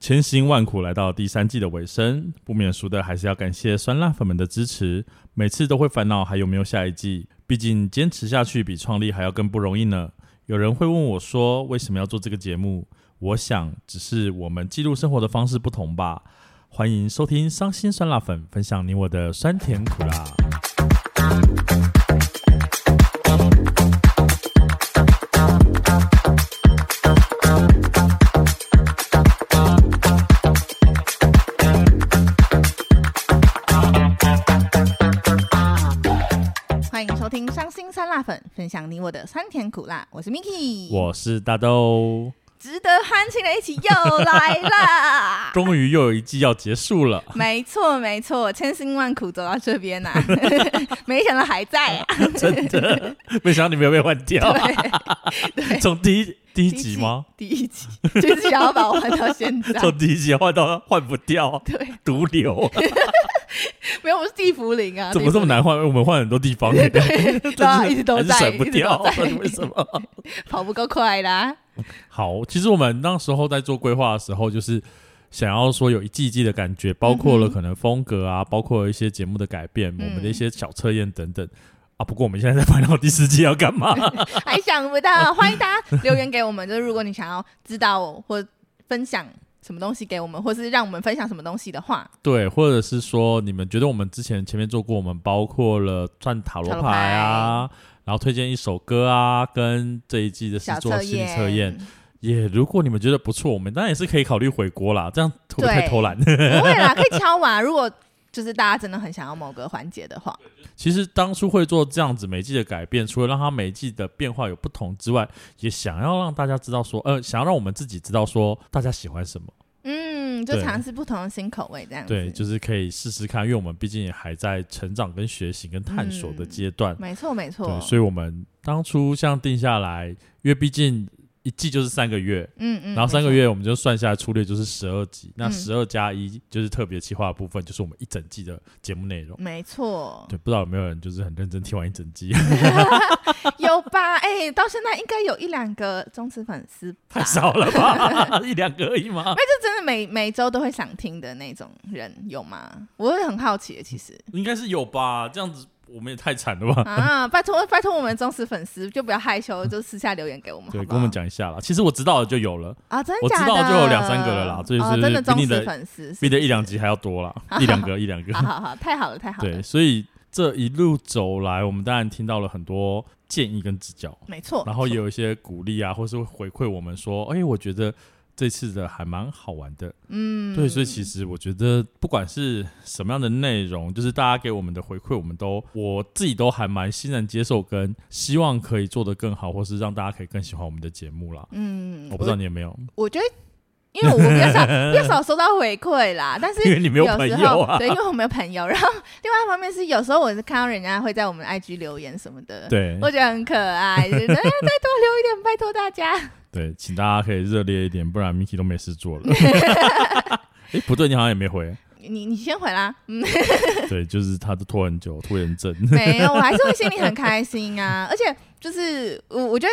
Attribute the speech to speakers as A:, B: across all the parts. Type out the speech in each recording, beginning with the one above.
A: 千辛万苦来到第三季的尾声，不免俗的还是要感谢酸辣粉们的支持。每次都会烦恼还有没有下一季，毕竟坚持下去比创立还要更不容易呢。有人会问我说，为什么要做这个节目？我想，只是我们记录生活的方式不同吧。欢迎收听《伤心酸辣粉》，分享你我的酸甜苦辣。
B: 欢迎收听《伤心酸辣粉》，分享你我的酸甜苦辣。我是 Miki，
A: 我是大豆，
B: 值得憨亲的一起又来啦！
A: 终于又有一季要结束了。
B: 没错，没错，千辛万苦走到这边 呐、没想到还在、啊。
A: 真的，没想到你没有被换掉、
B: 对
A: 从第一第一集吗？？
B: 第一集，就是想要把我换到现 在。
A: 从第一集换到换不掉，
B: 对，
A: 毒 瘤，
B: 没有，我是地福林啊。
A: 怎么这么难换？我们换很多地方，
B: 地 福林？对，对啊，
A: 但是
B: 一直都
A: 还
B: 在，
A: 是甩不
B: 一直
A: 掉，啊
B: 都在
A: 为什么？
B: 跑不够快啦。
A: 好，其实我们那时候在做规划的时候，就是想要说有一季一季的感觉，包括了
B: 嗯哼
A: 可能风格啊，包括一些节目的改变，
B: 嗯
A: 我们的一些小测验等等。啊，不过我们现在在烦恼第四季要干嘛？
B: 还想不到，欢迎大家留言给我们。就是如果你想要知道或分享什么东西给我们，或是让我们分享什么东西的话，
A: 对，或者是说你们觉得我们之前前面做过，我们包括了算塔罗牌啊，然后推荐一首歌啊，跟这一季的是
B: 小
A: 做
B: 测
A: 心理
B: 验，
A: 测 验。也如果你们觉得不错，我们当然也是可以考虑回国啦，这样会不会太
B: 对
A: 偷懒？
B: 不会啦，可以敲完。如果就是大家真的很想要某个环节的话，
A: 其实当初会做这样子每季的改变，除了让它每季的变化有不同之外，也想要让大家知道说，呃，想要让我们自己知道说大家喜欢什么，
B: 嗯，就
A: 对
B: 尝试不同的新口味这样子。
A: 对，就是可以试试看，因为我们毕竟也还在成长、跟学习、跟探索的
B: 嗯
A: 阶段，
B: 没错没错
A: 对，。所以我们当初像定下来，因为毕竟一季就是三个月，
B: 嗯嗯，
A: 然后三个
B: 没错，
A: 月我们就算下来粗略就是十二集，那
B: 嗯
A: 十二加一就是特别企划的部分，就是我们一整季的节目内容。
B: 没错，
A: 对，不知道有没有人就是很认真听完一整 季，
B: 有 吧？哎，到现在应该有一两个忠实粉丝吧
A: 太。少了吧？ 一两个而已吗？
B: 那就真的每每周都会想听的那种人有吗？我会很好奇耶，其 实。
A: 应该是有吧？这样子我们也太惨了吧？
B: 啊，拜托拜托，我们忠实粉丝就不要害羞，就私下留言给我们，
A: 对，
B: 嗯好不
A: 跟我们
B: 好
A: 讲一下啦。其实我知道的就有了，
B: 啊，真的
A: 我知
B: 假的？
A: 道就有两三个了啦这就是
B: 哦、真的忠
A: 比你
B: 实
A: 的
B: 粉丝，是
A: 比
B: 不
A: 这
B: 是
A: 一两，集还要多 啦，一两个，一两个。
B: 好好好，太好了太好了
A: 对，，所以这一路走来，我们当然听到了很多建议跟指教，
B: 没错。
A: 然后
B: 没
A: 也
B: 哦错
A: 有一些鼓励啊，或是回馈我们说，哎、我觉得这次的还蛮好玩的。
B: 嗯，
A: 对，所以其实我觉得不管是什么样的内容，就是大家给我们的回馈，我们都我自己都还蛮欣然接受，跟希望可以做得更好，或是让大家可以更喜欢我们的节目啦。
B: 嗯，
A: 我不知道你有没有，
B: 我，我觉得。因为我比较少比较少收到回馈 啦，但是
A: 因为你没有
B: 有时
A: 朋友
B: 候
A: 啊
B: 对，因为我没有朋友。然后另外一方面是，有时候我是看到人家会在我们的 IG 留言什么的，，
A: 对
B: 我觉得很可爱，就觉得哎再多留一点，拜托大家。
A: 对，请大家可以热烈一点，不然 Miki 都没事 做了。 哎、不对，你好像也没回。
B: 你你先回啦，嗯，
A: 对，就是他都拖很久，拖延症。
B: 没有，我还是会心里很开心啊。而且就是我，我觉得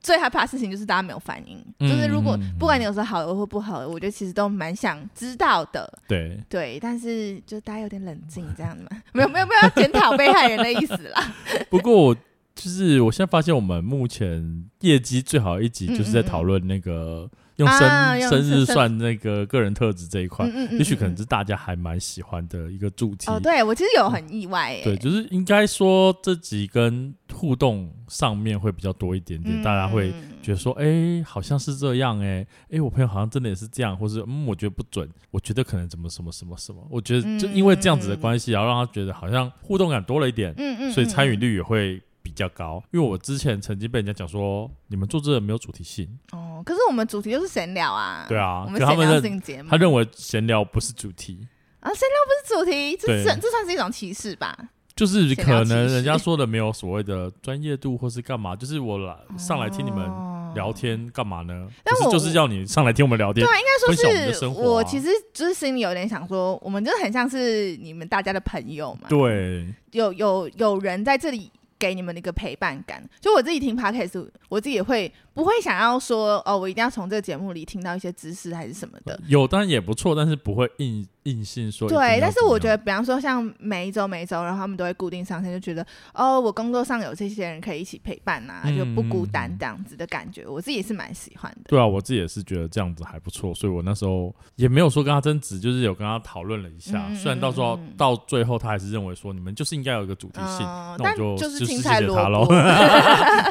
B: 最害怕的事情就是大家没有反应。
A: 嗯
B: 就是如果
A: 嗯嗯
B: 不管你有时候好的或不好的，我觉得其实都蛮想知道的。
A: 对，
B: 对，但是就大家有点冷静这样子嘛， 没有没有没有要检讨被害人的意思啦。
A: 不过我就是我现在发现，我们目前业绩最好的一集
B: 嗯
A: 就是在
B: 嗯嗯
A: 讨论那个用生、
B: 啊用
A: 生日
B: 生
A: 算那个个人特质这一块。
B: 嗯嗯嗯
A: 也许可能
B: 嗯
A: 是大家还蛮喜欢的一个主题。
B: 哦，对我其实有很意外耶、
A: 对就是应该说这集跟互动上面会比较多一点点，
B: 嗯
A: 大家会觉得说，哎、好像是这样、诶哎，哎，我朋友好像真的也是这样，或是嗯，我觉得不准，我觉得可能怎么什么什么什么，我觉得就因为这样子的关系，然后让他觉得好像互动感多了一点，
B: 嗯嗯，
A: 所以参与
B: 嗯
A: 率也会。比较高，因为我之前曾经被人家讲说，你们做这个没有主题性，
B: 哦，可是我们主题就是闲聊啊。
A: 对啊
B: 我们
A: 可他
B: 闲
A: 们
B: 聊
A: 认
B: 性节目
A: 他认为闲聊不是主题，
B: 啊，闲聊不是主题，这
A: 对
B: 这这算是一种歧视吧？
A: 就是
B: 闲
A: 可
B: 聊
A: 能
B: 其
A: 人
B: 实
A: 家说的没有所谓的专业度或是干嘛，就是我来上来听你们
B: 哦
A: 聊天干嘛呢？
B: 但
A: 可是
B: 我
A: 就是要你上来听我们聊天
B: 对，啊，应
A: 分享我们
B: 该
A: 的
B: 说是
A: 生活啊
B: 我其实就是心里有点想说，我们真的很像是你们大家的朋友嘛。
A: 对
B: 有有有人在这里给你们一个陪伴感。就我自己听 podcast，我自己也会不会想要说哦，我一定要从这个节目里听到一些知识还是什么的。
A: 有当然也不错，但是不会硬硬性说一定要怎么
B: 对，
A: 样。
B: 但是我觉得，比方说像每一周每一周，然后他们都会固定上线，就觉得哦，我工作上有这些人可以一起陪伴啊，
A: 嗯
B: 就不孤单
A: 嗯嗯
B: 这样子的感觉，我自己是蛮喜欢的。
A: 对啊，我自己也是觉得这样子还不错，所以我那时候也没有说跟他争执，就是有跟他讨论了一下。
B: 嗯嗯
A: 虽然到时候、
B: 嗯嗯嗯
A: 到最后他还是认为说你们就是应该有一个主题性，
B: 嗯，
A: 那
B: 但
A: 我就
B: 就是
A: 就
B: 青
A: 是
B: 菜
A: 谢谢
B: 萝
A: 他咯
B: 卜，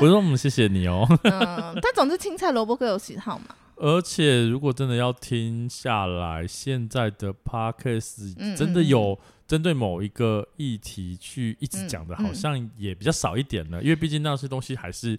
A: 我说嗯，谢谢你哦。
B: 嗯，但总之青菜萝卜各有喜好嘛。
A: 而且如果真的要听下来，现在的 podcast
B: 嗯
A: 真的有针对某一个议题去一直讲的，
B: 嗯嗯
A: 好像也比较少一点了，因为毕竟那些东西还是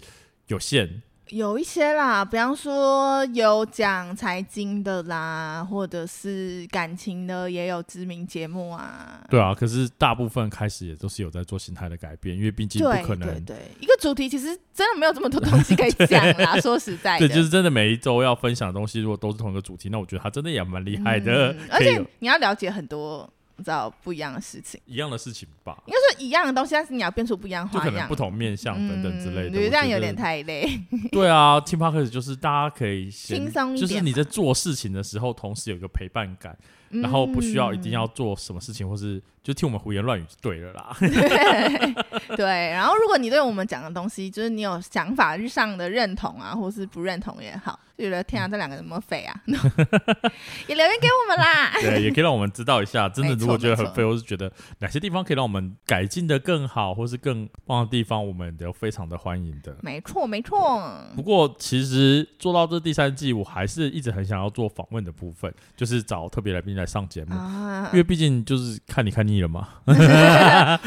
A: 有
B: 嗯
A: 限。
B: 有一些啦，比方说有讲财经的啦，或者是感情的，也有知名节目啊。
A: 对啊，可是大部分开始也都是有在做心态的改变，因为毕竟
B: 对
A: 不可能
B: 对对，一个主题其实真的没有这么多东西可以讲 啦。说实在的，
A: 对，就是真的每一周要分享的东西，如果都是同一个主题，那我觉得他真的也蛮厉害 的，
B: 嗯而
A: 可以
B: 且
A: 有
B: 你要了解很多，你知道不一样的事情，
A: 一样的事情吧，
B: 应该说一样的东西，但是你要变出不一样的
A: 就
B: 花
A: 可能
B: 样
A: 不。同面向等等之类的。
B: 嗯我觉得这样有点
A: 太。
B: 太累。
A: 对啊，听 podcast 就是大家可以先
B: 轻松一点
A: 就是你在做事情的时候，同时有一个陪伴感，
B: 嗯
A: 然后不需要一定要做什么事情，或是就听我们胡言乱语就对了 啦。
B: 对 对。然后，如果你对我们讲的东西，就是你有想法上的认同啊，或是不认同也好，就觉得天啊，
A: 嗯
B: 这两个怎么废啊， 也留言给我们啦。
A: 对，也可以让我们知道一下，真的
B: 没错
A: 如果觉得很
B: 没错
A: 废，或是觉得哪些地方可以让我们改进的更好，或是更棒的地方，我们都非常的欢迎的。
B: 没错，没错。
A: 不过，其实做到这第三季，我还是一直很想要做访问的部分，就是找特别来宾来上节目，
B: 啊
A: 因，为毕竟就是看你看腻了嘛。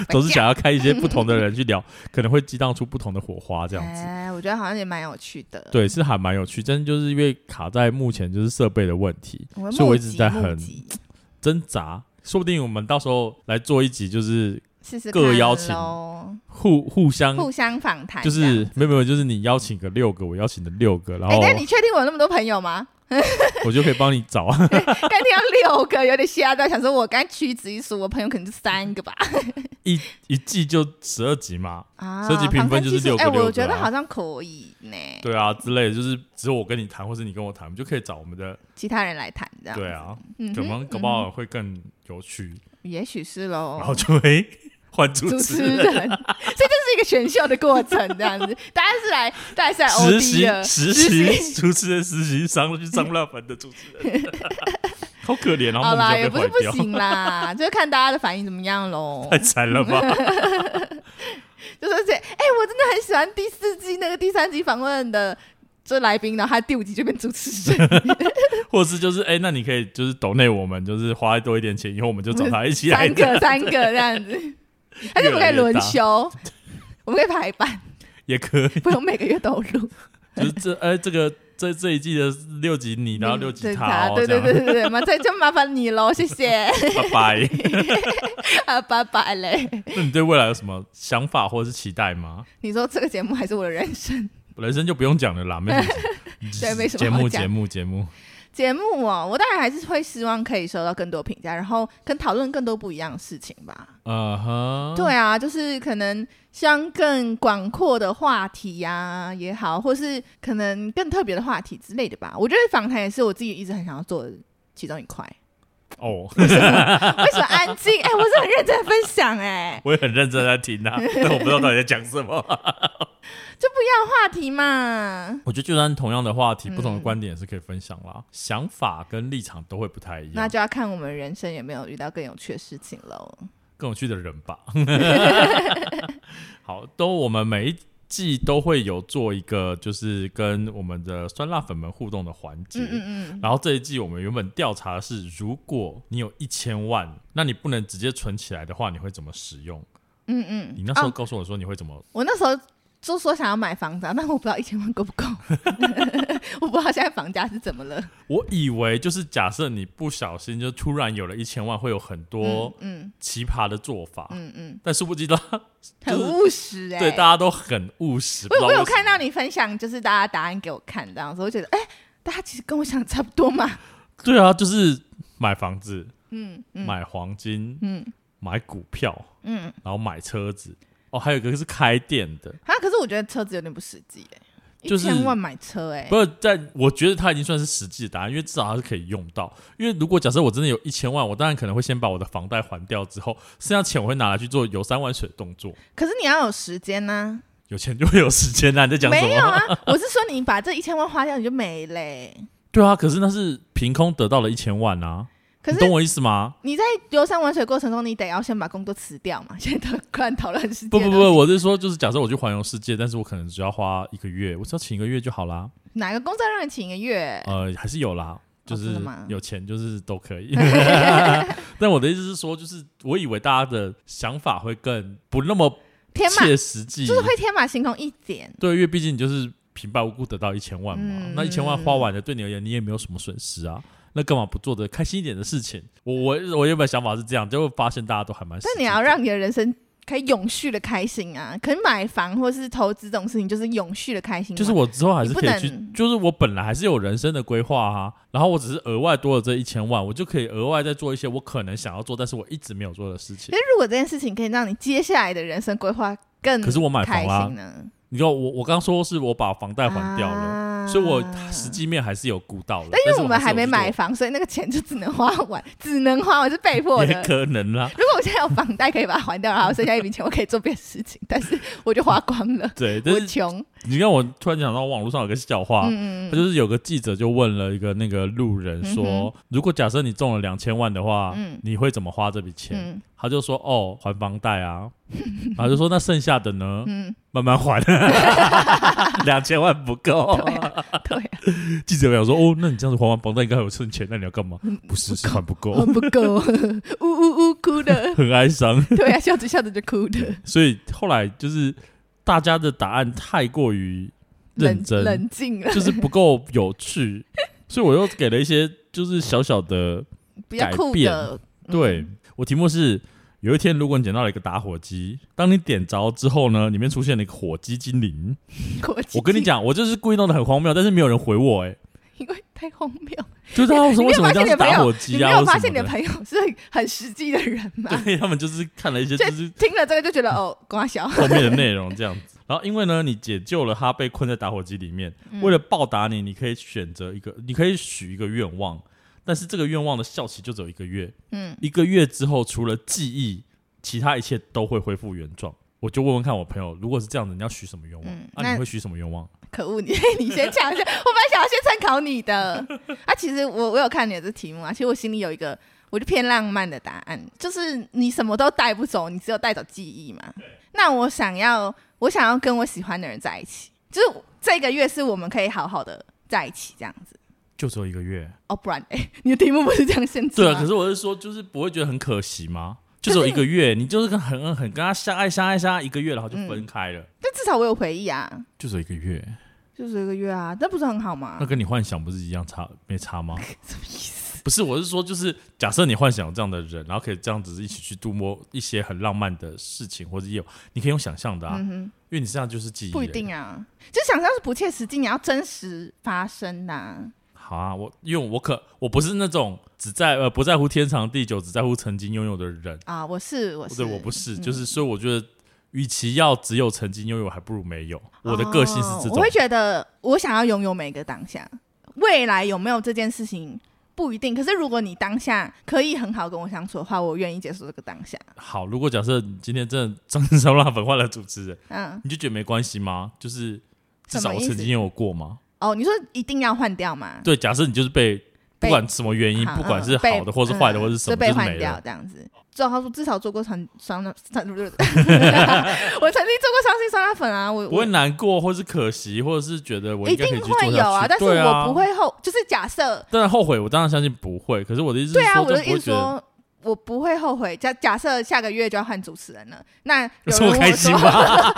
A: 总是
B: 这
A: 想要看一些不同的人去聊，可能会激荡出不同的火花，这样子。
B: 哎，我觉得好像也蛮有趣的。，
A: 对，是还蛮有趣，真的就是因为卡在目前就是设备的问题，
B: 我们
A: 所以我
B: 募
A: 一直
B: 集
A: 在
B: 募
A: 很
B: 集
A: 挣扎。说不定我们到时候来做一集，就是
B: 试试
A: 各
B: 看
A: 邀请
B: 咯
A: 互互相，
B: 互相访谈，
A: 就是没有没有，就是你邀请个六个，我邀请的六个，然
B: 哎，
A: 后
B: 但你确定我有那么多朋友吗？
A: 我就可以帮你找 啊。
B: 刚才听到六个，有点吓到，想说我刚屈指一数，我朋友可能就三个吧。
A: 一一季就十二集嘛，
B: 啊
A: 设计评分就是六个
B: 哎，
A: 六个啊
B: 我觉得好像可以呢。
A: 对啊之类的，就是只有我跟你谈，或是你跟我谈，我们就可以找我们的。
B: 其他人来谈这样。
A: 对，啊，
B: 嗯哼，
A: 可能搞不好会更有趣，
B: 嗯也许是
A: 然 后
B: 喽。
A: 就会 换主
B: 主
A: 持
B: 持
A: 人
B: 人，。 所以这是一个选秀的过程，这样子，大家是来，大家是来
A: 实
B: OD
A: 习
B: 的，
A: 实习主持人实习上去上不了班的主持人， 好可怜哦，
B: 好啦，也
A: 然
B: 不
A: 后
B: 是
A: 梦
B: 不
A: 就被坏掉，哎
B: 行 啦，就是看大家的反应怎么样喽。
A: 太惨了 吧？
B: 就是这，哎、我真的很喜欢第四季那个第三集访问的这来宾，然后他第五集就变主持人，
A: 或者是就是哎，那你可以就是抖内我们，就是花多一点钱，以后我们就找他一起来
B: 三个三个 这样子，而且我们可以轮休， 我们可以排版，
A: 也可以，
B: 不用每个月都录。
A: 就是这哎这个这这一季的六集你，然后六集
B: 嗯对
A: 他哦，
B: 对
A: 这
B: 对
A: 样
B: 对对对，麻烦就麻烦 你喽，谢谢，
A: 拜拜。
B: 啊，拜拜嘞。
A: 那你对未来有什么想法或者是期待吗？
B: 你说这个节目还是我的人生
A: 人生就不用讲了啦，没什么
B: 对没什么
A: 节目
B: 好讲
A: 节目节目，
B: 节目哦，我当然还是会希望可以收到更多评价，然后跟讨论更多不一样的事情吧。
A: 呃哼，
B: 对啊，就是可能像更广阔的话题呀、也好，或是可能更特别的话题之类的吧。我觉得访谈也是我自己一直很想要做的其中一块。
A: 哦，
B: 为什么安静？哎、我是很认真地分享哎、
A: 我也很认真在听啊，但我不知道到底在讲什么。
B: 就不一样的话题嘛。
A: 我觉得就算同样的话题，
B: 嗯
A: 不同的观点也是可以分享啦，想法跟立场都会不太一
B: 那
A: 样。
B: 就要看我们人生有没有遇到更有趣的事情喽。
A: 更有趣的人吧。 好，都我们每一季都会有做一个，就是跟我们的酸辣粉们互动的环节。
B: 嗯嗯嗯，
A: 然后这一季我们原本调查的是，如果你有一千万，那你不能直接存起来的话，你会怎么使用？
B: 嗯嗯。
A: 你那时候
B: 哦
A: 告诉我说你会怎么、
B: 我那时候就说想要买房子、啊，但我不知道一千万够不 够，我不知道现在房价是怎么了。
A: 我以为就是假设你不小心就突然有了一千万，会有很多
B: 嗯
A: 奇葩的做法。
B: 嗯嗯嗯，
A: 但殊不知道，就
B: 很
A: 是
B: 务实哎、
A: 对大家都很务实。不知
B: 我
A: 道
B: 我有
A: 为什么
B: 看到你分享，就是大家答案给我看，这样子，我觉得哎、大家其实跟我想的差不多嘛。
A: 对啊，就是买房子、
B: 嗯嗯
A: 买黄金、
B: 嗯
A: 买股票，
B: 嗯，
A: 然后买车子，哦，还有一个是开店的，
B: 啊，可是我觉得车子有点不实际哎、
A: 就
B: 一
A: 是
B: 千万买车哎、
A: 不是，但我觉得它已经算是实际的答案，因为至少它是可以用到。因为如果假设我真的有一千万，我当然可能会先把我的房贷还掉，之后剩下钱我会拿来去做游山玩水的动作。
B: 可是你要有时间呐、
A: 有钱就会有时间啦、你在讲什么？
B: 没有啊，我是说你把这一千万花掉你就没嘞、
A: 对啊，可是那是凭空得到了一千万啊，
B: 可
A: 你
B: 是
A: 懂我意思吗？
B: 你在游山玩水过程中，你得要先把工作辞掉嘛。现在都乱讨论时间，
A: 不不不，，我是说，就是假设我去环游世界，但是我可能只要花一个月，我只要请一个月就好啦。
B: 哪个工作让你请一个月？
A: 呃，还是有啦，就
B: 哦真
A: 是
B: 的吗
A: 有钱就是都可 以。 但我的意思是说，就是我以为大家的想法会更不那么
B: 天马
A: 切实际，
B: 就是会天马行空一点。
A: 对，因为毕竟你就是平白无故得到一千万嘛，
B: 嗯
A: 那一千万花完了，对你而言你也没有什么损失啊。那干嘛不做的开心一点的事情？我我我原本想法是这样，结果发现大家都还蛮……
B: 但你要让你的人生可以永续的开心啊！可能买房或是投资这种事情，就是永续的开心嘛。
A: 就是我之后还是可以去
B: 你不，能
A: 就是我本来还是有人生的规划啊，然后我只是额外多了这一千万，我就可以额外再做一些我可能想要做，但是我一直没有做的事情
B: 其。实如果这件事情可以让你接下来的人生规划更
A: 可是我买
B: 嗯开
A: 房啦
B: 心，呢，
A: 你看我我刚说是我把房贷还掉了，
B: 啊
A: 所以我实际面还是有顾到了，
B: 但因
A: 但
B: 为
A: 是
B: 我们
A: 还是
B: 还
A: 有
B: 没
A: 去
B: 买
A: 做，
B: 房，所以那个钱就只能花完，只能花完是被迫的
A: 也。可能 啦。
B: 如果我现在有房贷可以把它还掉，然后剩下一笔钱我可以做别的事情，但是我就花光 了，
A: 对，但
B: 我
A: 是
B: 穷。
A: 你看，我突然想到网络上有个笑话，
B: 嗯嗯
A: 他就是有个记者就问了一个那个路人说，如果假设你中了两千万的话，
B: 嗯
A: 你会怎么花这笔钱？
B: 嗯
A: 他就说哦，还房贷 啊，然后就说那剩下的呢，
B: 嗯，
A: 慢慢还， 两千万不够。
B: 对啊
A: 哦
B: 对啊，
A: 记者想说哦，那你这样子还完房贷应该还有剩钱，那你要干嘛？不是，是还不
B: 我
A: 够，，
B: 嗯不够，呜呜呜哭的
A: 很哀伤。
B: 对啊，笑着笑着就哭的，
A: 所以后来就是大家的答案太过于认
B: 冷
A: 真，
B: 冷静了，
A: 就是不够有 趣，所以我又给了一些就是小小的
B: 比较
A: 改
B: 酷
A: 变
B: 的。嗯
A: 对、我题目是：有一天，如果你捡到了一个打火机，当你点着之后呢，里面出现了一个火鸡精灵。
B: 国际
A: 我跟你
B: 性，
A: 讲，我就是故意弄得很荒谬，但是没有人回我、欸，哎，
B: 因为太荒谬。
A: 就是他们说
B: 你
A: 为
B: 没
A: 什么这样
B: 有发现
A: 是
B: 你的朋
A: 打
B: 友，
A: 火
B: 你
A: 机
B: 没
A: 啊？
B: 有
A: 或
B: 发
A: 什
B: 现你
A: 么
B: 的
A: 的。
B: 朋友是很实际的人嘛？
A: 对他们就是看了一些
B: 这
A: 就是
B: 听了这个就觉得哦，瓜 小。
A: 后面的内容这样子。然后因为呢，你解救了他被困在打火机里面，
B: 嗯
A: 为了报答你，你可以选择一个，你可以许一个愿望，但是这个愿望的效期就只有一个月。
B: 嗯，
A: 一个月之后，除了记忆，其他一切都会恢复原状。我就问问看我朋友，如果是这样子，你要许什么愿望？
B: 嗯
A: 那、
B: 那
A: 你会许什么愿望？
B: 可恶，你 你先讲一下，我本来想要先参考你的。啊，其实我我有看你的这题目啊，其实我心里有一个，我就偏浪漫的答案，就是你什么都带不走，你只有带走记忆嘛。那我想要，我想要跟我喜欢的人在一起，就是这个月是我们可以好好的在一起这样子。
A: 就只有一个月。
B: 哦，不然哎、你的题目不是这样限制
A: 对
B: 吗？
A: 啊，可是我是说，就是不会觉得很可惜吗？就只有一个月，你就是跟很很跟他相爱相爱相爱一个月，然后就
B: 嗯
A: 分开了，
B: 但至少我有回忆啊，
A: 就只有一个月，
B: 就是一个月啊，那不是很好吗
A: 那？跟你幻想不是一样差没差吗？
B: 什么意思？
A: 不是，我是说，就是假设你幻想有这样的人，然后可以这样子一起去度过一些很浪漫的事情或者夜晚，你可以用想象的啊，
B: 嗯哼，
A: 因为你身上就是记忆。
B: 不一。定啊，就想象是不切实际，你要真实发生呐、
A: 好啊，我因为我可我不是那种只在呃不在乎天长地久，只在乎曾经拥有的人，
B: 啊，我是我是，
A: 对我不是，
B: 嗯
A: 就是所以我觉得，与其要只有曾经拥有，还不如没有。我的个性是这
B: 哦
A: 种
B: 我，会觉得我想要拥有每个当下，未来有没有这件事情不一定。可是如果你当下可以很好跟我相处的话，我愿意接受这个当下。
A: 好，如果假设你今天真的张 三烧辣粉换了主持人，
B: 嗯，
A: 你就觉得没关系吗？就是至
B: 什
A: 少
B: 么
A: 我
B: 意思
A: 曾经有过吗？
B: 哦，你说一定要换掉吗？
A: 对，假设你就是被不
B: 被
A: 管什么原因，
B: 好
A: 不管
B: 嗯
A: 是
B: 被
A: 好的或是坏的
B: 嗯
A: 或是什
B: 就
A: 么，
B: 被
A: 就是
B: 换
A: 没
B: 掉
A: 了。
B: 这样子。最好至少做过酸酸辣 酸，我曾经做过伤心酸辣粉啊，我
A: 不
B: 我
A: 会难过，或是可惜，或者是觉得我应
B: 一
A: 该可以
B: 定
A: 去做下
B: 会
A: 去。
B: 有啊，但是
A: 对啊
B: 我不。会后，就是假设
A: 当然后悔，我当然相信不会。可是我的意思是
B: 对啊，
A: 说，
B: 我
A: 就
B: 的
A: 不
B: 意
A: 会
B: 思
A: 觉得
B: 说，我不会后悔。假假设下个月就要换主持人了， 那有
A: 有
B: 人
A: 这么
B: 问
A: 开
B: 我
A: 心
B: 说，
A: 吗？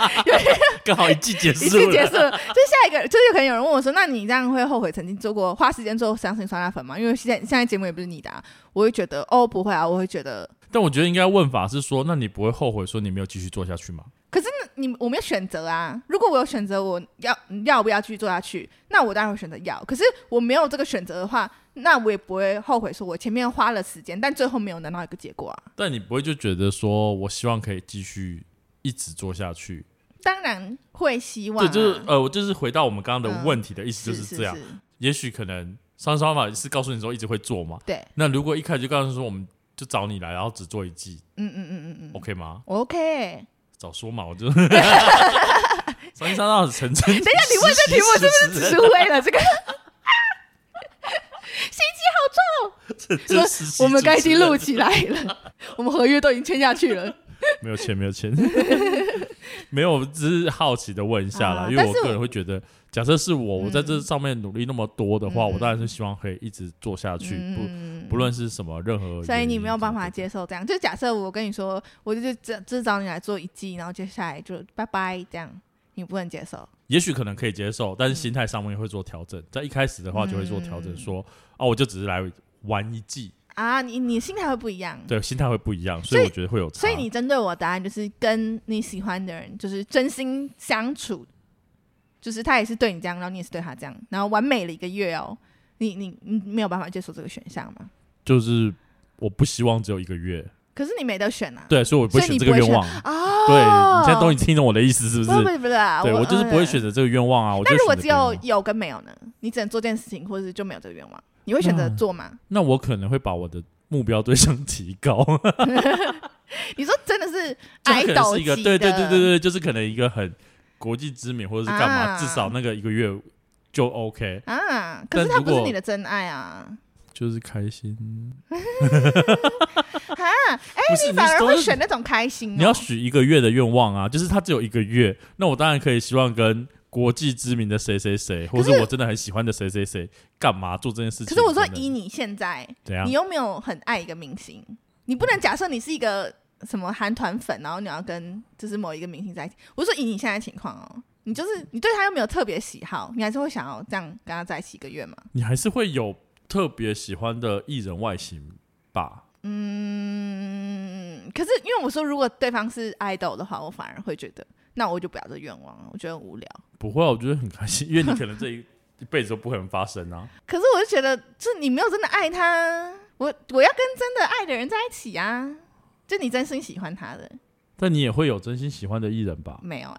A: 刚好一季结
B: 一
A: 束
B: 次结
A: 了，
B: 束了，就下一个，就是有可能有人问我说，那你这样会后悔曾经做过花时间做伤心酸辣粉吗？因为现在现在节目也不是你的、啊，我会觉得哦不会啊，我会觉得，
A: 但我觉得应该问法是说，那你不会后悔说你没有继续做下去吗？
B: 可是那你我没有选择啊。如果我有选择，我要要不要继续做下去，那我当然会选择要。可是我没有这个选择的话，那我也不会后悔，说我前面花了时间，但最后没有拿到一个结果啊。
A: 但你不会就觉得说我希望可以继续一直做下去。
B: 当然会希望、
A: 这
B: 啊，
A: 就是呃，我就是回到我们刚刚的
B: 嗯
A: 问题的意思，就是是这样。
B: 是是
A: 也许可能商商法是告诉你说一直会做嘛，
B: 对，
A: 那如果一开始就告诉你说我们就找你来，然后只做一季
B: 嗯嗯嗯嗯嗯
A: ，OK 吗？
B: ，OK。
A: 早说嘛，我就商商法成真。等一下，
B: 你问这题目
A: 是
B: 只是为了这个，
A: 是只是
B: 我们刚已经录起来 了，我们合约都已经签下去了。
A: 没有钱，没有钱，没有，只是好奇的问一下啦，
B: 啊
A: 因为
B: 但
A: 我
B: 是
A: 个人会觉得，假设是我，我在这
B: 嗯
A: 上面努力那么多的话，
B: 嗯
A: 我当然是希望可以一直做下去，
B: 嗯
A: 不不论是什么任何，
B: 所以你没有办法。接受这样。就假设我跟你说，我就只只找你来做一季，然后接下来就拜拜这样，你不能接受。
A: 也许可能可以接
B: 嗯
A: 受，但是心态上面会做调整，在一开始的话就会做调整，说哦，我就只是来玩一季，
B: 啊，你你心态会不一样。
A: 对，心态会不一样，
B: 所
A: 所
B: 以
A: 以我觉得会有差。
B: 所以你针对我的答案就是跟你喜欢的人就是真心相处，就是他也是对你这样，然后你也是对他这样，然后完美了一个月哦。你你你没有办法接受这个选项吗？
A: 就是我不希望只有一个月，
B: 可是你没得选啊。
A: 对，所以我不会
B: 所以
A: 选
B: 你
A: 这个
B: 不会
A: 愿望。
B: 哦，
A: 对，你现在都已经听懂我的意思是不是？
B: 不不不不，
A: 对我就是不会
B: 嗯
A: 选择这个愿望啊。我就
B: 那如果
A: 选择
B: 只
A: 别的愿
B: 有
A: 望
B: 有跟没有呢？你只能做件事情，或者是就没有这个愿望，你会选择
A: 那
B: 做吗？
A: 那我可能会把我的目标对象提高，
B: 你说真的是
A: 这
B: 矮
A: 可能
B: 斗
A: 是一
B: 级
A: 个
B: 的，
A: 对对对对对，就是可能一个很国际知名或者是干嘛，
B: 啊
A: 至少那个一个月就 OK，
B: 啊！可
A: 但
B: 是他
A: 如
B: 不是
A: 果
B: 你的真爱啊！
A: 就是开
B: 嗯
A: 心。
B: 哈，哎
A: 不是，
B: 你反而
A: 都
B: 会
A: 是
B: 选那种开心、哦。
A: 你要许一个月的愿望啊，就是他只有一个月，那我当然可以希望跟国际知名的谁谁谁，或
B: 可是
A: 是我真的很喜欢的谁谁谁，干嘛做这件事情？
B: 可是我说
A: 真的
B: 以你现在，
A: 怎样
B: 你？又没有很爱一个明星，你不能假设你是一个什么韩团粉，然后你要跟就是某一个明星在一起。我是说以你现在的情况哦，你就是你对他又没有特别喜好，你还是会想要这样跟他在一起一个月吗？
A: 你还是会有特别喜欢的艺人外形吧？
B: 嗯，可是因为我说，如果对方是 idol 的话，我反而会觉得，那我就不要这愿望了，我觉得很无聊。
A: 不会啊，我觉得很开 心，因为你可能这一一辈子都不可能发生啊。
B: 可是我就觉得，就是你没有真的爱他，我我要跟真的爱的人在一起啊，就你真心喜欢他的，
A: 但你也会有真心喜欢的艺人吧？
B: 没有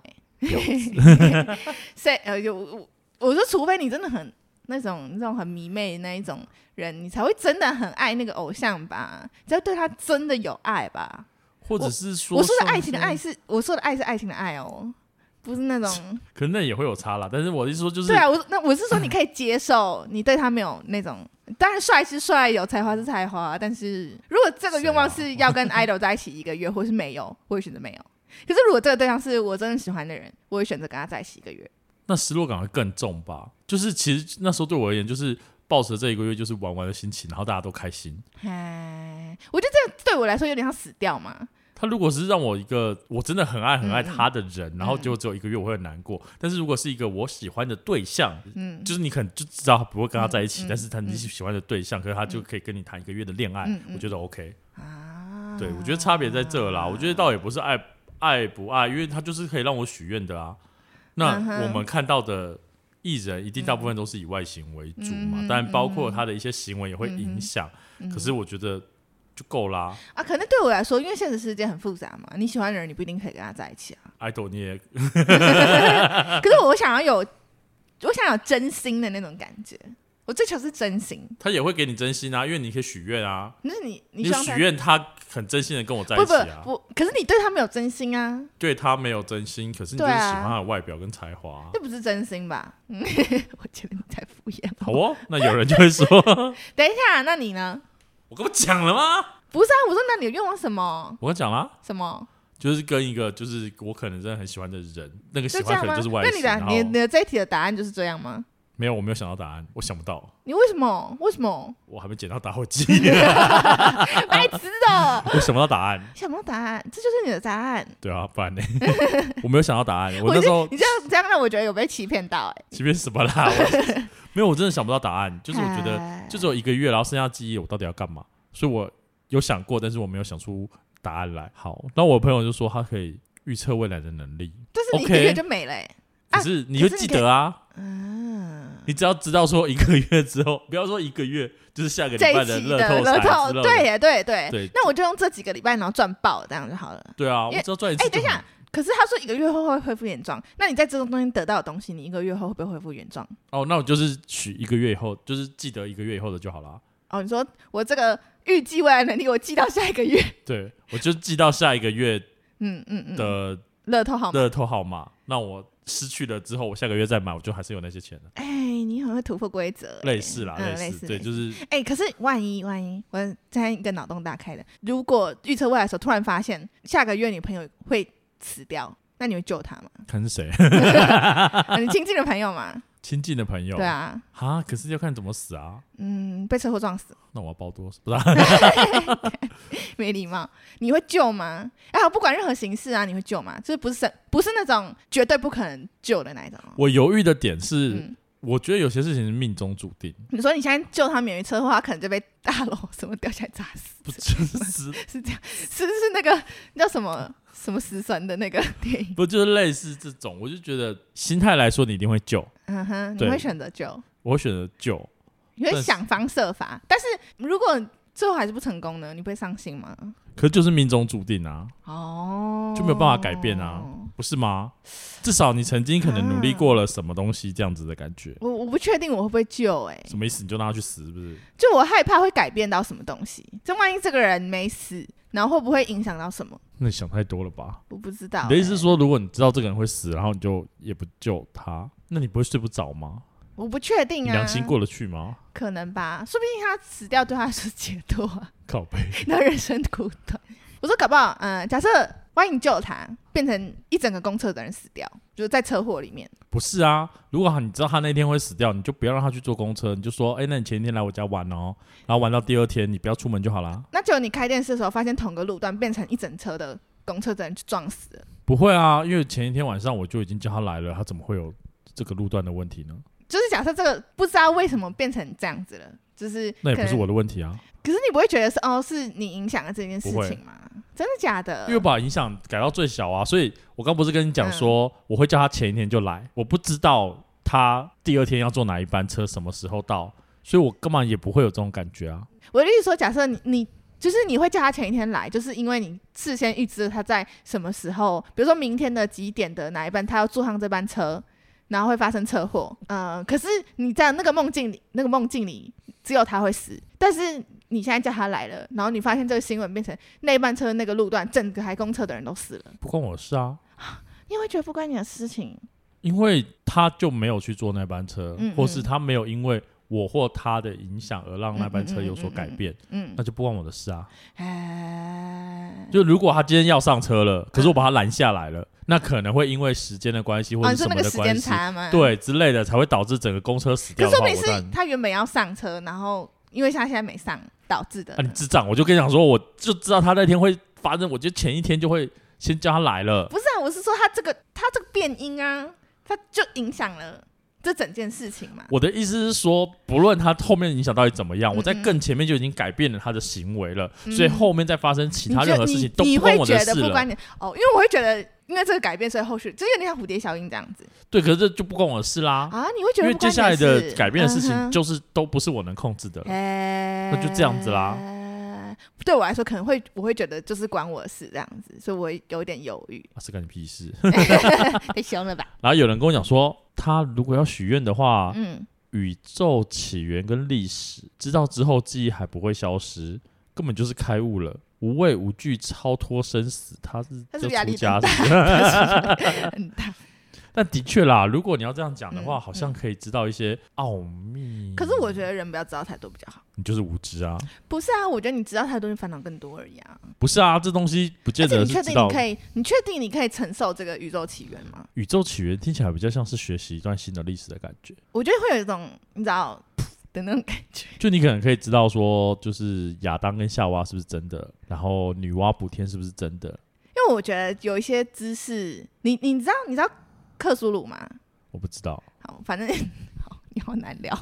B: 哎、 所以呃，就我我我说，除非你真的很那种那种很迷妹的那一种人，你才会真的很爱那个偶像吧，只要对他真的有爱吧。
A: 或者是说，
B: 我说的爱情的爱，是我说的爱是爱情的爱哦，不是那种。
A: 可能那也会有差啦。但是我的意思说，就是
B: 对啊，我那我是说你可以接受，你对他没有那种，当然帅是帅，有才华是才华，但是如果这个愿望是要 跟 idol 在一起一个月，或是没有，我会选择没有。可是如果这个对象是我真的喜欢的人，我会选择跟他在一起一个月。
A: 那失落感会更重吧。就是其实那时候对我而言，就是抱着这一个月就是玩玩的心情，然后大家都开心。
B: 唉，我觉得这个对我来说有点像死掉嘛。
A: 他如果是让我一个我真的很爱很爱
B: 嗯
A: 他的人，然后结果只有一个月，我会很难过。但是如果是一个我喜欢的对象，
B: 嗯
A: 就是你可能就知道他不会跟他在一起，
B: 嗯嗯
A: 但是他你喜欢的对象，可是他就可以跟你谈一个月的恋爱，
B: 嗯嗯
A: 我觉得 OK。
B: 啊，
A: 对，我觉得差别在这啦。我觉得倒也不是爱爱不爱，因为他就是可以让我许愿的啊。那
B: 嗯哼
A: 我们看到的艺人，一定大部分都是以外形为主嘛，
B: 嗯
A: 当然包括他的一些行为也会影响。
B: 嗯
A: 可是我觉得就够啦，
B: 啊，可能对我来说，因为现实世界很复杂嘛，你喜欢的人你不一定可以跟他在一起啊。
A: 爱豆你也啊
B: 可是我想要有，我想要有真心的那种感觉，我追求是真心。
A: 他也会给你真心啊，因为你可以许愿啊，
B: 就是你，你
A: 你
B: 希望
A: 许
B: 他
A: 愿他很真心的跟我在一
B: 不
A: 起啊，
B: 不不，可是你对他没有真心啊，
A: 对他没有真心，可是你就是
B: 对
A: 喜
B: 啊
A: 欢他的外表跟才华啊、
B: 这不是真心吧？ 嗯我觉得你在敷衍
A: 好
B: 我。
A: 哦，那有人就会说，
B: 等一下，那你呢？
A: 我跟我讲了吗？
B: 不是啊，我说那你的愿望什么
A: 我跟他讲啦、
B: 什么？
A: 就是跟一个就是我可能真的很喜欢的人，那个喜
B: 就这
A: 欢
B: 样
A: 可能
B: 吗
A: 就是？外
B: 那
A: 形，
B: 你的
A: 然后
B: 你你的这一题的答案就是这样吗？
A: 没有，我没有想到答案，我想不到，
B: 你为什么为什么
A: 我还没捡到打火机，啊
B: 白痴的？
A: 我想不到答案。
B: 想不到答案，这就是你的答案。
A: 对啊，不然呢？ 我没有想到答案，我
B: 我
A: 那时
B: 已经
A: 候
B: 你这样这样让我觉得有被欺骗到哎、
A: 即便什么啦，我 没有，我真的想不到答案。就是我觉得
B: 哎
A: 就只有一个月，然后剩下记忆我到底要干嘛？所以我有想过，但是我没有想出答案来。好，那我朋友就说他可以预测未来的能力，
B: 但是你一
A: OK
B: 个月就没了、欸。啊
A: 可是你就
B: 可
A: 是
B: 你
A: 记
B: 可以
A: 得啊。
B: 嗯，
A: 你只要知道说一个月之后，不要说一个月，就是下个礼
B: 这
A: 拜
B: 一期
A: 乐
B: 的乐
A: 乐
B: 透，对耶对对
A: 对
B: 那我就用这几个礼拜然后赚爆，这样就好了。
A: 对啊，我
B: 因为
A: 只要赚一次
B: 哎、
A: 就
B: 等一
A: 很。
B: 下，可是他说一个月后会恢复原状，那你在这种东西得到的东西，你一个月后会不会恢复原状？
A: 哦，那我就是取一个月以后，就是记得一个月以后的就好啦。
B: 哦，你说我这个预计未来能力，我记到下一个月，
A: 对，我就记到下一个月
B: 嗯嗯嗯，
A: 的
B: 乐透好吗？
A: 乐透号码，那我失去了之后，我下个月再买，我就还是有那些钱的。
B: 哎，你很会突破规则欸，
A: 类似啦，
B: 嗯
A: 类
B: 类
A: 似，
B: 似，
A: 对，
B: 类似
A: 就是
B: 哎、可是万一万一，我现在一个脑洞大开的，如果预测未来的时候突然发现下个月你朋友会死掉，那你会救他 吗？
A: 看是谁
B: 啊你亲近的朋友嘛？
A: 亲近的朋友。
B: 对，啊，
A: 哈，可是要看怎么死啊。
B: 嗯，被车祸撞死，
A: 那我要包多少？不是、啊，
B: 没礼貌，你会救吗？哎、我不管任何形式啊，你会救吗？就是不是生不是那种绝对不可能救的那一种哦。
A: 我犹豫的点是，
B: 嗯，
A: 我觉得有些事情是命中注定，
B: 你说你现在救他免于车祸，他可能就被大楼什么掉下来砸死，
A: 不就是死，啊
B: 是这样？是是那个叫什么什么死神的那个电影？
A: 不就是类似这种？我就觉得心态来说，你一定会救，
B: 嗯哼，你
A: 对
B: 会选择救？
A: 我会选择救。
B: 你
A: 但
B: 会
A: 是
B: 想方设法，但是如果最后还是不成功呢？你不会伤心吗？
A: 可就是命中注定啊，
B: 哦，
A: 就没有办法改变啊不是吗？至少你曾经可能努力过了什么东西，这样子的感觉。
B: 我我不确定我会不会救、欸，
A: 什么意思？你就让他去死，是不是？
B: 就我害怕会改变到什么东西。这万一这个人没死，然后会不会影响到什么？
A: 那你想太多了吧？
B: 我不知道、
A: 你的意思
B: 欸
A: 是，说，如果你知道这个人会死，然后你就也不救他，那你不会睡不着吗？
B: 我不确
A: 你
B: 定啊，
A: 良心过得去吗？
B: 可能吧，说不定他死掉对他来说是解脱啊，
A: 靠背，
B: 那人生苦短。我说搞不好，嗯、假设万一你救他，变成一整个公厕的人死掉，就是在车祸里面。
A: 不是啊。如果你知道他那天会死掉，你就不要让他去坐公车，你就说，哎、那你前一天来我家玩哦，然后玩到第二天，你不要出门就好啦。
B: 那就你开电视的时候，发现同个路段变成一整车的公车的人去撞死了，
A: 不会啊，因为前一天晚上我就已经叫他来了，他怎么会有这个路段的问题呢？
B: 就是假设这个不知道为什么变成这样子了，就是
A: 那也不
B: 可
A: 是
B: 能
A: 我，的问题啊，
B: 可是你不会觉得是哦，是你影响了这件事
A: 不会
B: 情吗？真的假的？
A: 因为把影响改到最小啊。所以我刚不是跟你讲说，
B: 嗯
A: 我会叫他前一天就来，我不知道他第二天要坐哪一班车，什么时候到，所以我根本也不会有这种感觉啊。
B: 我的意思说，假设你你就是你会叫他前一天来，就是因为你事先预知了他在什么时候，比如说明天的几点的哪一班，他要坐上这班车，然后会发生车祸。呃，可是你在那个梦境里，那个梦境里只有他会死，但是你现在叫他来了，然后你发现这个新闻变成那班车那个路段，整个台公车的人都死了，
A: 不关我的事啊，
B: 你会觉得不关你的事情。
A: 因为他就没有去坐那班车，
B: 嗯嗯
A: 或是他没有因为我或他的影响而让那班车有所改变，
B: 嗯，
A: 那就不关我的事啊。
B: 哎，
A: 就如果他今天要上车
B: 嗯
A: 了，可是我把他拦下来了，那可能会因为时间的关系或
B: 哦，
A: 者
B: 你
A: 是什
B: 说那
A: 么
B: 个
A: 的
B: 时
A: 关
B: 间
A: 系，
B: 差吗？
A: 对之类的，才会导致整个公车死
B: 可
A: 掉
B: 是
A: 的
B: 说
A: 话，
B: 明
A: 我当
B: 是
A: 然。
B: 他原本要上车，然后因为他现在没上导致的。
A: 啊，你智障！我就跟你讲说，我就知道他那天会发生，我就前一天就会先叫他来了。
B: 不是啊，我是说他这个他这个变音啊，他就影响了这整件事情嘛。
A: 我的意思是说，不论他后面影响到底怎么样，
B: 嗯
A: 我在更前面就已经改变了他的行为了，所以后面再发生其他任何事情
B: 你
A: 都
B: 你
A: 不关
B: 会
A: 我
B: 觉
A: 的
B: 得
A: 事
B: 不
A: 了
B: 关。你哦，因为我会觉得因为这个改变，所以后续就有点像蝴蝶效应这样子
A: 对，可是这就不关我的事啦，
B: 啊，你会觉
A: 因
B: 得
A: 为接
B: 不关你
A: 下来的
B: 事
A: 改变的事
B: 嗯
A: 情
B: 哼
A: 就是都不是我能控制的了。
B: 哎，
A: 那就这样子啦。。
B: 对我来说，可能会我会觉得就是关我的事这样子，所以我会有点犹豫
A: 啊，是干你屁事！
B: 太凶了吧？
A: 然后有人跟我讲说，他如果要许愿的话，
B: 嗯，
A: 宇宙起源跟历史，知道之后记忆还不会消失，根本就是开悟了，无畏无惧，超脱生死。他是
B: 他是
A: 就
B: 不是压
A: 出
B: 力
A: 家
B: 很
A: 是
B: 大
A: 不是
B: 很大。
A: 但的确啦，如果你要这样讲的话，
B: 嗯
A: 好像可以知道一些奥秘。
B: 可是我觉得人不要知道太多比较好。
A: 你就是无知啊，
B: 不是啊，我觉得你知道太多，你烦恼更多而已啊。
A: 不是啊，这东西不见
B: 而且
A: 得
B: 你
A: 是
B: 确
A: 知
B: 定
A: 道
B: 你。可以，你确定你可以承受这个宇宙起源吗？
A: 宇宙起源听起来比较像是学习一段新的历史的感觉，
B: 我觉得会有一种你知道噗的那种感觉。
A: 就你可能可以知道说，就是亚当跟夏娃是不是真的，然后女娲补天是不是真的，
B: 因为我觉得有一些知识，你你知道你知道克苏鲁吗？
A: 我不知道。
B: 好，反正 好你好难聊。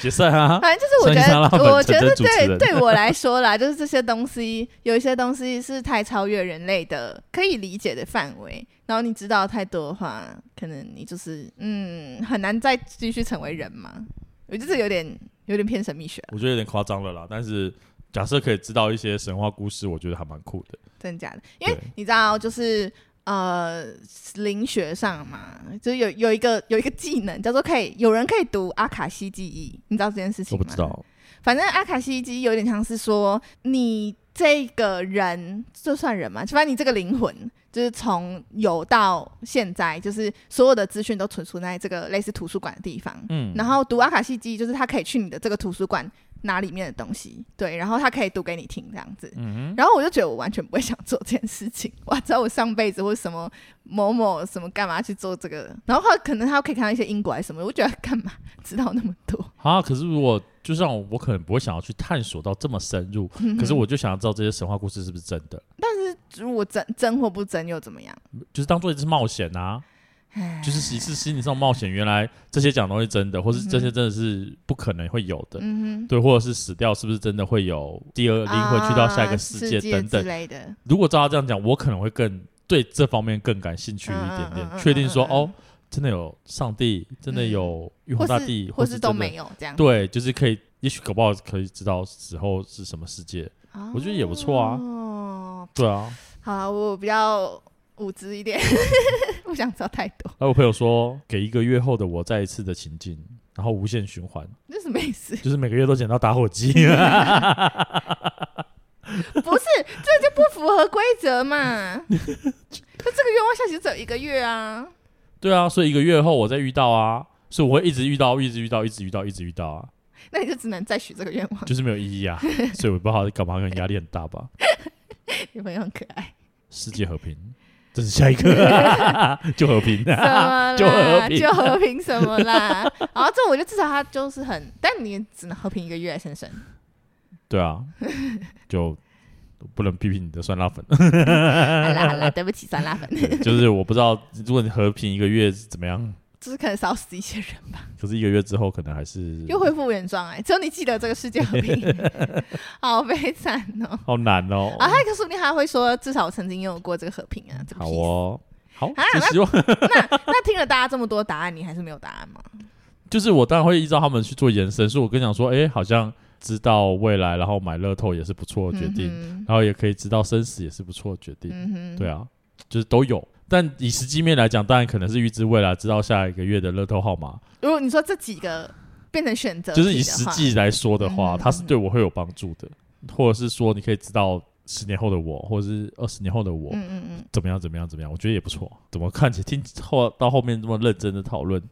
A: 解散啊！
B: 反正就是我觉
A: 上一上拉
B: 得，
A: 本
B: 我觉
A: 成
B: 得
A: 真主持人
B: 对对我来说啦，就是这些东西，有一些东西是太超越人类的可以理解的范围。然后你知道太多的话，可能你就是嗯很难再继续成为人嘛。我就是有点有点偏神秘学，
A: 我觉得有点夸张了啦，但是假设可以知道一些神话故事，我觉得还蛮酷的。
B: 真假的，因为
A: 对
B: 你知道，就是呃，灵学上嘛，就是有有一个有一个技能叫做可以，有人可以读阿卡西记忆，你知道这件事情
A: 我
B: 吗？
A: 不知道，
B: 反正阿卡西记忆有点像是说，你这个人，这算人吗？反正你这个灵魂，就是从有到现在，就是所有的资讯都存储在这个类似图书馆的地方。
A: 嗯，
B: 然后读阿卡西记忆，就是他可以去你的这个图书馆拿里面的东西，对，然后他可以读给你听这样子。
A: 嗯
B: 然后我就觉得我完全不会想做这件事情，我知道我上辈子或什么某某什么干嘛去做这个，然后后来可能他可以看到一些因果还是什么的，我觉得干嘛知道那么多
A: 哼，？好，可是如果就像我，我可能不会想要去探索到这么深入，
B: 嗯
A: 可是我就想要知道这些神话故事是不是真的，
B: 如果真真或不真又怎么样？
A: 就是当做一次冒险啊，
B: 唉
A: 就是一次心理上冒险。原来这些讲的东西真的，或是这些真的是不可能会有的，
B: 嗯哼，
A: 对，或者是死掉是不是真的会有第二灵魂去到下一个
B: 啊
A: 世
B: 世
A: 界等等
B: 之。类的，
A: 如果照他这样讲，我可能会更对这方面更感兴趣一点
B: 嗯嗯嗯
A: 点，
B: 嗯
A: 确定说
B: 嗯嗯
A: 哦，真的有上帝，真的有玉
B: 或
A: 皇大帝，
B: 是啊或
A: 是
B: 都
A: 真的
B: 没有这样。
A: 对，就是可以，也许搞不好可以知道死后是什么世界。
B: 哦
A: 我觉得也不错啊
B: 哦，
A: 对啊，
B: 好啊，我比较无知一点， 不想知道太多，
A: 还有朋友说，给一个月后的我再一次的情境，然后无限循环，
B: 这什么 意思？
A: 就是每个月都捡到打火 机。
B: 不是，这就不符合规则嘛。 那这个愿望下期只有一个月啊。
A: 对啊，所以一个月后我再遇到啊，所以我会一直遇到，一直遇到，一直遇到，一直遇到啊，
B: 那你就只能再许这个愿望。
A: 就是没有意义啊。所以我不知道他干嘛，可能压力很大吧。
B: 有朋友很可 爱，
A: 世界和平，这是下一个， 就和 平、
B: 什么啦？
A: 就和平
B: 就和平什么啦？然后这我就至少他就是很，但你也只能和平一个月，先生。
A: 对啊，就不能批评你的酸辣粉。
B: 好啦好啦， 对不起，酸辣粉，
A: 对就是我不知道，如果你和平一个月是怎么样，
B: 就是可能少死一些人吧，
A: 可是一个月之后可能还是
B: 又恢复原状哎、只有你记得这个世界 和平，好悲惨哦、
A: 好难哦。
B: 啊，他可说不定还会说，至少我曾经拥有过这个和平啊，这个
A: 好
B: 屁事
A: 哦，好
B: 啊，
A: 就希望
B: 那听了大家这么多答案，你还是没有答案吗？
A: 就是我当然会依照他们去做延伸，所以我跟你讲说，哎，好像知道未来，然后买乐透也是不错的决定，
B: 嗯哼
A: 然后也可以知道生死也是不错的决定，
B: 嗯哼，
A: 对啊，就是都有。但以实际面来讲，当然可能是预知未来，知道下一个月的乐透号码，
B: 如果你说这几个变成选择题
A: 就
B: 的话，
A: 是以实际来说的话，
B: 嗯
A: 它是对我会有帮助的，或者是说你可以知道十年后的我，或者是二十年后的我，
B: 嗯，嗯嗯
A: 怎么样怎么样怎么样，我觉得也不错。怎么看起听后到后面这么认真的讨论，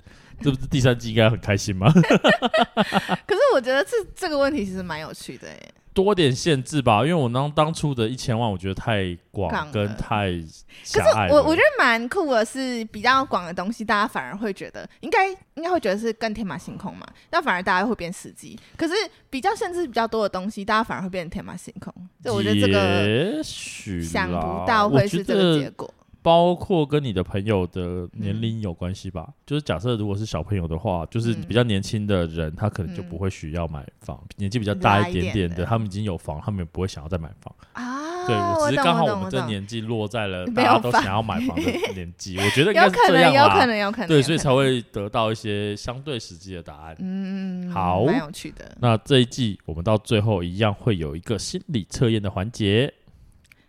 A: 这不是第三季应该很开心吗？ 啊
B: 嗯。可是我觉得这这个问题其实蛮有趣的欸诶，
A: 多点限制吧，因为我当当初的一千万，我觉得太
B: 杠
A: 广
B: 了
A: 跟太
B: 可
A: 狭
B: 是
A: 隘
B: 我我觉
A: 得
B: 得蛮酷的是，比较广的东西，大家反而会觉得应该应该会觉得是更天马行空嘛，那反而大家会变实际。可是比较甚至比较多的东西，大家反而会变天马行 空。所以我觉得这个
A: 也许啦
B: 想不到会是这
A: 我
B: 个
A: 觉
B: 结
A: 得
B: 果。
A: 包括跟你的朋友的年龄有关系吧。就是假设如果是小朋友的话，就是
B: 嗯
A: 比较年轻的人，他可能就
B: 嗯
A: 不会需要买房，年纪比较大一点
B: 大
A: 点
B: 一点
A: 的，
B: 的
A: 他们已经有房，他们也不会想要再买房。
B: 啊，
A: 对我只是
B: 懂
A: 刚好
B: 我
A: 我
B: 懂
A: 们
B: 我
A: 这
B: 懂，
A: 年纪落在了
B: 没
A: 大
B: 有
A: 家都
B: 房
A: 想要买房的年纪，我觉得应该
B: 有
A: 是
B: 可
A: 这
B: 能，
A: 样
B: 有可
A: 啦。
B: 能，有可能，
A: 对，
B: 有
A: 所以
B: 可
A: 才
B: 能
A: 会得到一些相对实际的答案。
B: 嗯，
A: 好
B: 蛮有趣的。
A: 那这一季我们到最后一样会有一个心理测验的环节，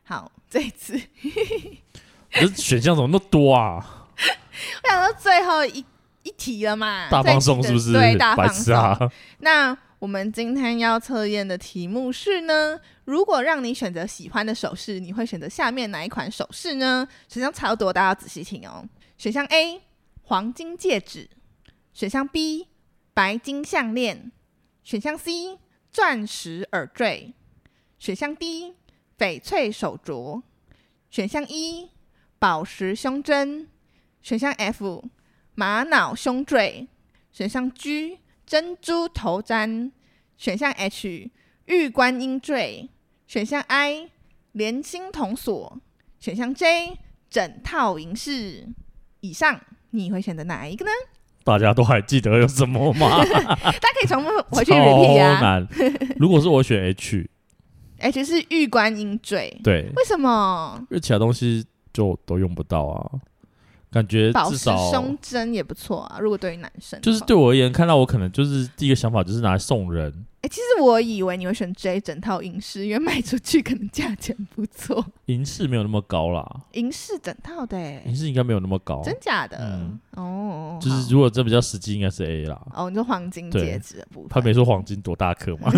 B: 好，这一次
A: 这选项怎么那么多啊？
B: 我想到最后一一题了嘛，
A: 大放送是不是？
B: 最近的对，大
A: 白
B: 放
A: 痴
B: 送。
A: 啊！
B: 那我们今天要测验的题目是呢，如果让你选择喜欢的首饰，你会选择下面哪一款首饰呢？选项超多，大家要仔细听哦。选项 A 黄金戒指，选项 B 白金项链，选项 C 钻石耳坠，选项 D 翡翠手镯，选项 E 宝石胸针，选项 F 玛瑙胸坠，选项 G 珍珠头簪，选项 H 玉观音坠，选项 I 连心铜锁，选项 J 整套银饰。以上你会选择哪一个呢？
A: 大家都还记得有什么 吗？
B: 大家可以重复回去
A: 超
B: repeat 啊。
A: 难。如果是我选 H，
B: H 是玉观音坠，
A: 对，
B: 为什么？
A: 因为其他东西就都用不到啊。感觉
B: 保
A: 至
B: 湿
A: 少
B: 胸针也不错啊。如果对于男生的
A: 就是
B: 话
A: 对我而言，看到我可能就是第一个想法就是拿来送人，
B: 哎、其实我以为你会选 J 整套银饰，因为卖出去可能价钱不错。
A: 银饰没有那么高啦，
B: 银饰整套的、欸，
A: 银饰应该没有那么高，
B: 真假的？
A: 嗯
B: 哦，
A: 就是
B: 好
A: 如果真比较实际，应该是 A 啦。
B: 哦，你说黄金
A: 对
B: 戒指的部分，
A: 他没说黄金多大颗 嘛，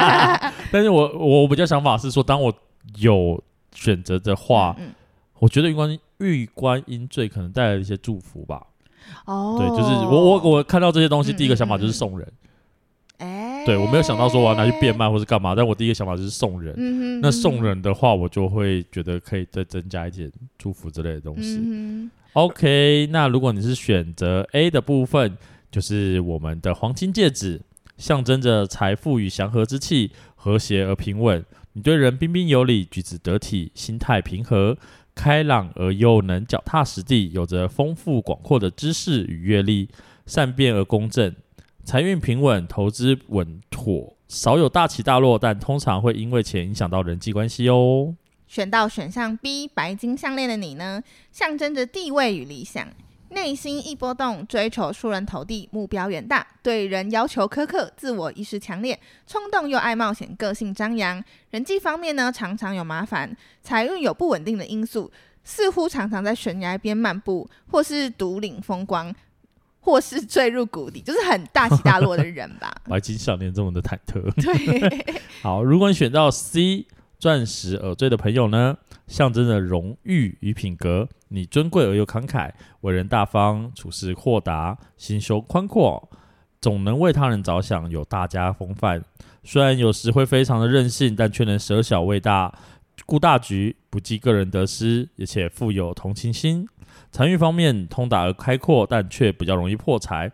A: 但是我我比较想法是说，当我有选择的话，
B: 嗯
A: 我觉得玉观玉观音坠可能带来一些祝福吧。
B: 嗯哦，
A: 对，就是我我我看到这些东西，
B: 嗯
A: 第一个想法
B: 嗯
A: 就是
B: 嗯
A: 送人。
B: 哎、
A: 对我没有想到说我要拿去变，卖或是干嘛，但我第一个想法就是送人。
B: 嗯哼，
A: 那送人的话，我就会觉得可以再增加一点祝福之类的东西。
B: 嗯哼，
A: OK，那如果你是选择 A 的部分，就是我们的黄金戒指，象征着财富与祥和之气，和谐而平稳。你对人彬彬有礼，举止得体，心态平和，开朗而又能脚踏实地，有着丰富广阔的知识与阅历，善变而公正，财运平稳，投资稳妥，少有大起大落，但通常会因为钱影响到人际关系哦。
B: 选到选项 B 白金项链的你呢，象征着地位与理想。内心一波动，追求出人头地，目标远大，对人要求苛刻，自我意识强烈，冲动又爱冒险，个性张扬。人际方面呢，常常有麻烦，财运有不稳定的因素，似乎常常在悬崖边漫步，或是独领风光，或是坠入谷底，就是很大起大落的人吧。
A: 白金项链这么的忐忑。
B: 对，
A: 好，如果你选到 C 钻石耳坠的朋友呢，象征着荣誉与品格。你尊贵而又慷慨，为人大方，处事豁达，心胸宽阔，总能为他人着想，有大家风范。虽然有时会非常的任性，但却能舍小为大，顾大局，不计个人得失，而且富有同情心。财运方面通达而开阔，但却比较容易破财。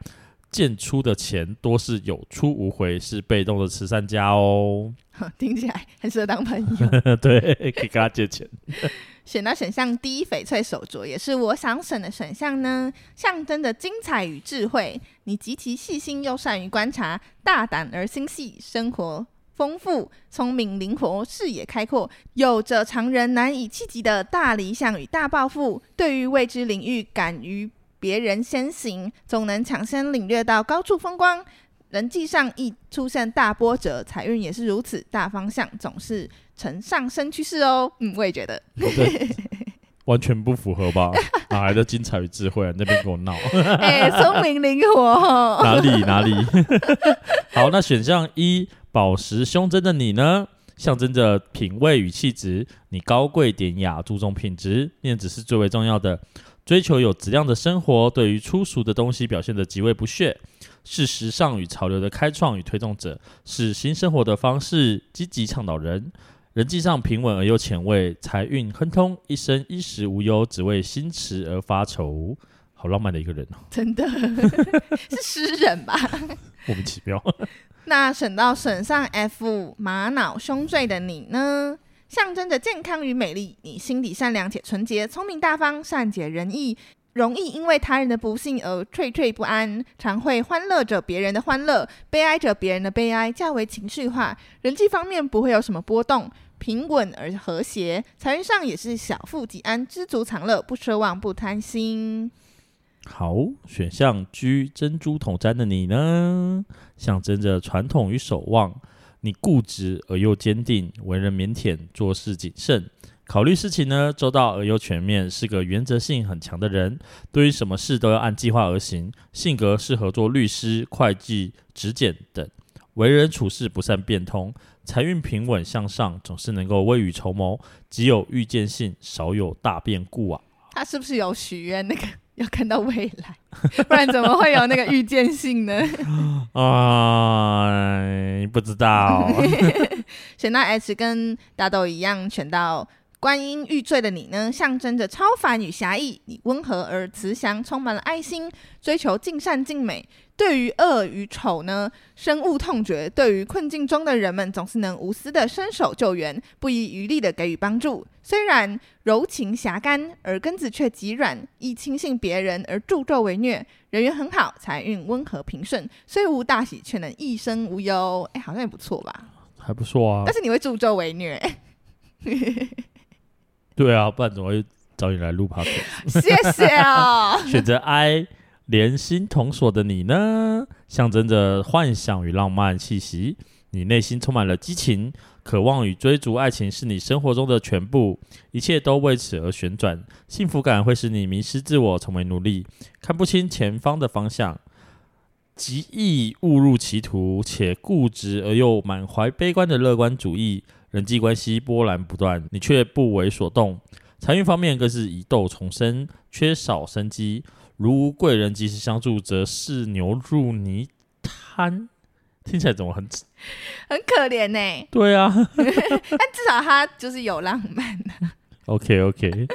A: 见出的钱多是有出无回，是被动的慈善家哦。
B: 听起来很适合当朋友。
A: 对，可以跟他借钱。
B: 选到选项 D，翡翠手镯也是我想选的选项呢，象征着精彩与智慧。你极其细心又善于观察，大胆而心细，生活丰富，聪明灵活，视野开阔，有着常人难以企及的大理想与大抱负。对于未知领域，敢于别人先行，总能抢先领略到高处风光。人际上易出现大波折，财运也是如此，大方向总是呈上升趋势哦。嗯，我也觉得。
A: 对，完全不符合吧？哪来的精彩与智慧、啊？你那边跟我闹，
B: 哎、聪明灵活，
A: 哪里哪里？好，那选项一，宝石胸针的你呢？象征着品味与气质，你高贵典雅，注重品质，面子是最为重要的。追求有质量的生活，对于粗俗的东西表现得极为不屑，是时尚与潮流的开创与推动者，是新生活的方式，积极倡导人。人际上平稳而又前卫，财运亨通，一生衣食无忧，只为心驰而发愁。好浪漫的一个人哦，
B: 真的是诗人吧？
A: 莫名其妙。
B: 那选到选上 F 玛瑙胸坠的你呢？象征着健康与美丽，你心底善良且纯洁，聪明大方，善解人意，容易因为他人的不幸而惴惴不安，常会欢乐着别人的欢乐，悲哀着别人的悲哀，较为情绪化。人际方面不会有什么波动，平稳而和谐。财运上也是小富即安，知足常乐，不奢望，不贪心。
A: 好，选项 G 珍珠桶簪的你呢，象征着传统与守望。你固执而又坚定，为人腼腆，做事谨慎，考虑事情呢周到而又全面，是个原则性很强的人。对于什么事都要按计划而行，性格适合做律师、会计、质检等。为人处事不善变通，财运平稳向上，总是能够未雨绸缪，极有预见性，少有大变故啊。
B: 他是不是有许愿那个要看到未来， 不然怎么会有那个预见性呢？
A: 啊、不知道，
B: 选到 H 跟大豆一样，选到观音玉坠的你呢，象征着超凡与侠义，你温和而慈祥，充满了爱心，追求尽善尽美。对于恶与丑呢，深恶痛绝；对于困境中的人们，总是能无私的伸手救援，不遗余力的给予帮助。虽然柔情侠肝，而根子却极软，易轻信别人而助纣为虐。人缘很好，财运温和平顺，虽无大喜，却能一生无忧。哎，好像也不错吧？
A: 还不错啊
B: 但。是你会助纣为虐，
A: 对啊，不然怎么会找你来录 p o d c a s
B: 谢谢 哦。
A: 选择 I 连心同锁的你呢，象征着幻想与浪漫气息。你内心充满了激情，渴望与追逐爱情是你生活中的全部，一切都为此而旋转。幸福感会使你迷失自我，成为奴隶，看不清前方的方向，极易误入歧途，且固执而又满怀悲观的乐观主义。人际关系波澜不断，你却不为所动。财运方面更是一斗重生，缺少生机。如无贵人及时相助，则是牛入泥滩。听起来怎么很
B: 很可怜呢、
A: 对 啊
B: 但至少他就是有浪漫。
A: ？OK OK，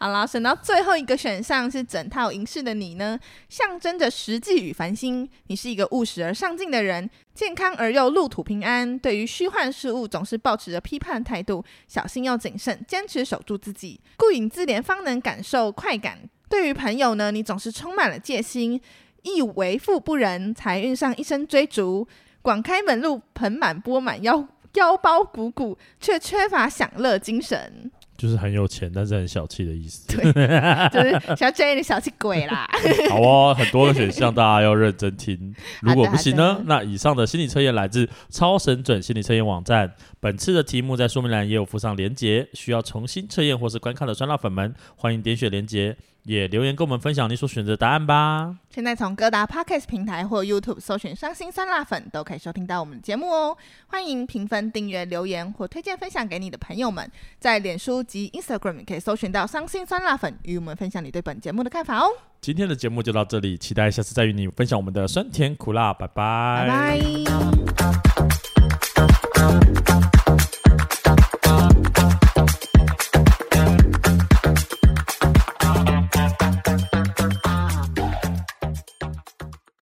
B: 好了，选到最后一个选项是整套银饰的你呢，象征着实际与繁星。你是一个务实而上进的人，健康而又路途平安。对于虚幻事物总是保持着批判态度，小心又谨慎，坚持守住自己，顾影自怜方能感受快感。对于朋友呢，你总是充满了戒心，易为富不仁，财运上一生追逐，广开门路，盆满钵满，腰腰包鼓鼓，却缺乏享乐精神。
A: 就是很有钱，但是很小气的意思。
B: 就是小 J 你小气鬼啦。
A: 好哦，很多个选项，大家要认真听。如果
B: 好的
A: 不行呢
B: 好的？
A: 那以上的心理测验来自超神准心理测验网站，本次的题目在说明栏也有附上连结，需要重新测验或是观看的酸辣粉们，欢迎点选连结，也留言跟我们分享你所选择的答案吧。
B: 现在从各大 Podcast 平台或 YouTube 搜寻“伤心酸辣粉”，都可以收听到我们的节目哦。欢迎评分、订阅、留言或推荐分享给你的朋友们。在脸书及 Instagram 也可以搜寻到“伤心酸辣粉”，与我们分享你对本节目的看法哦。
A: 今天的节目就到这里，期待下次再与你分享我们的酸甜苦辣，拜
B: 拜拜。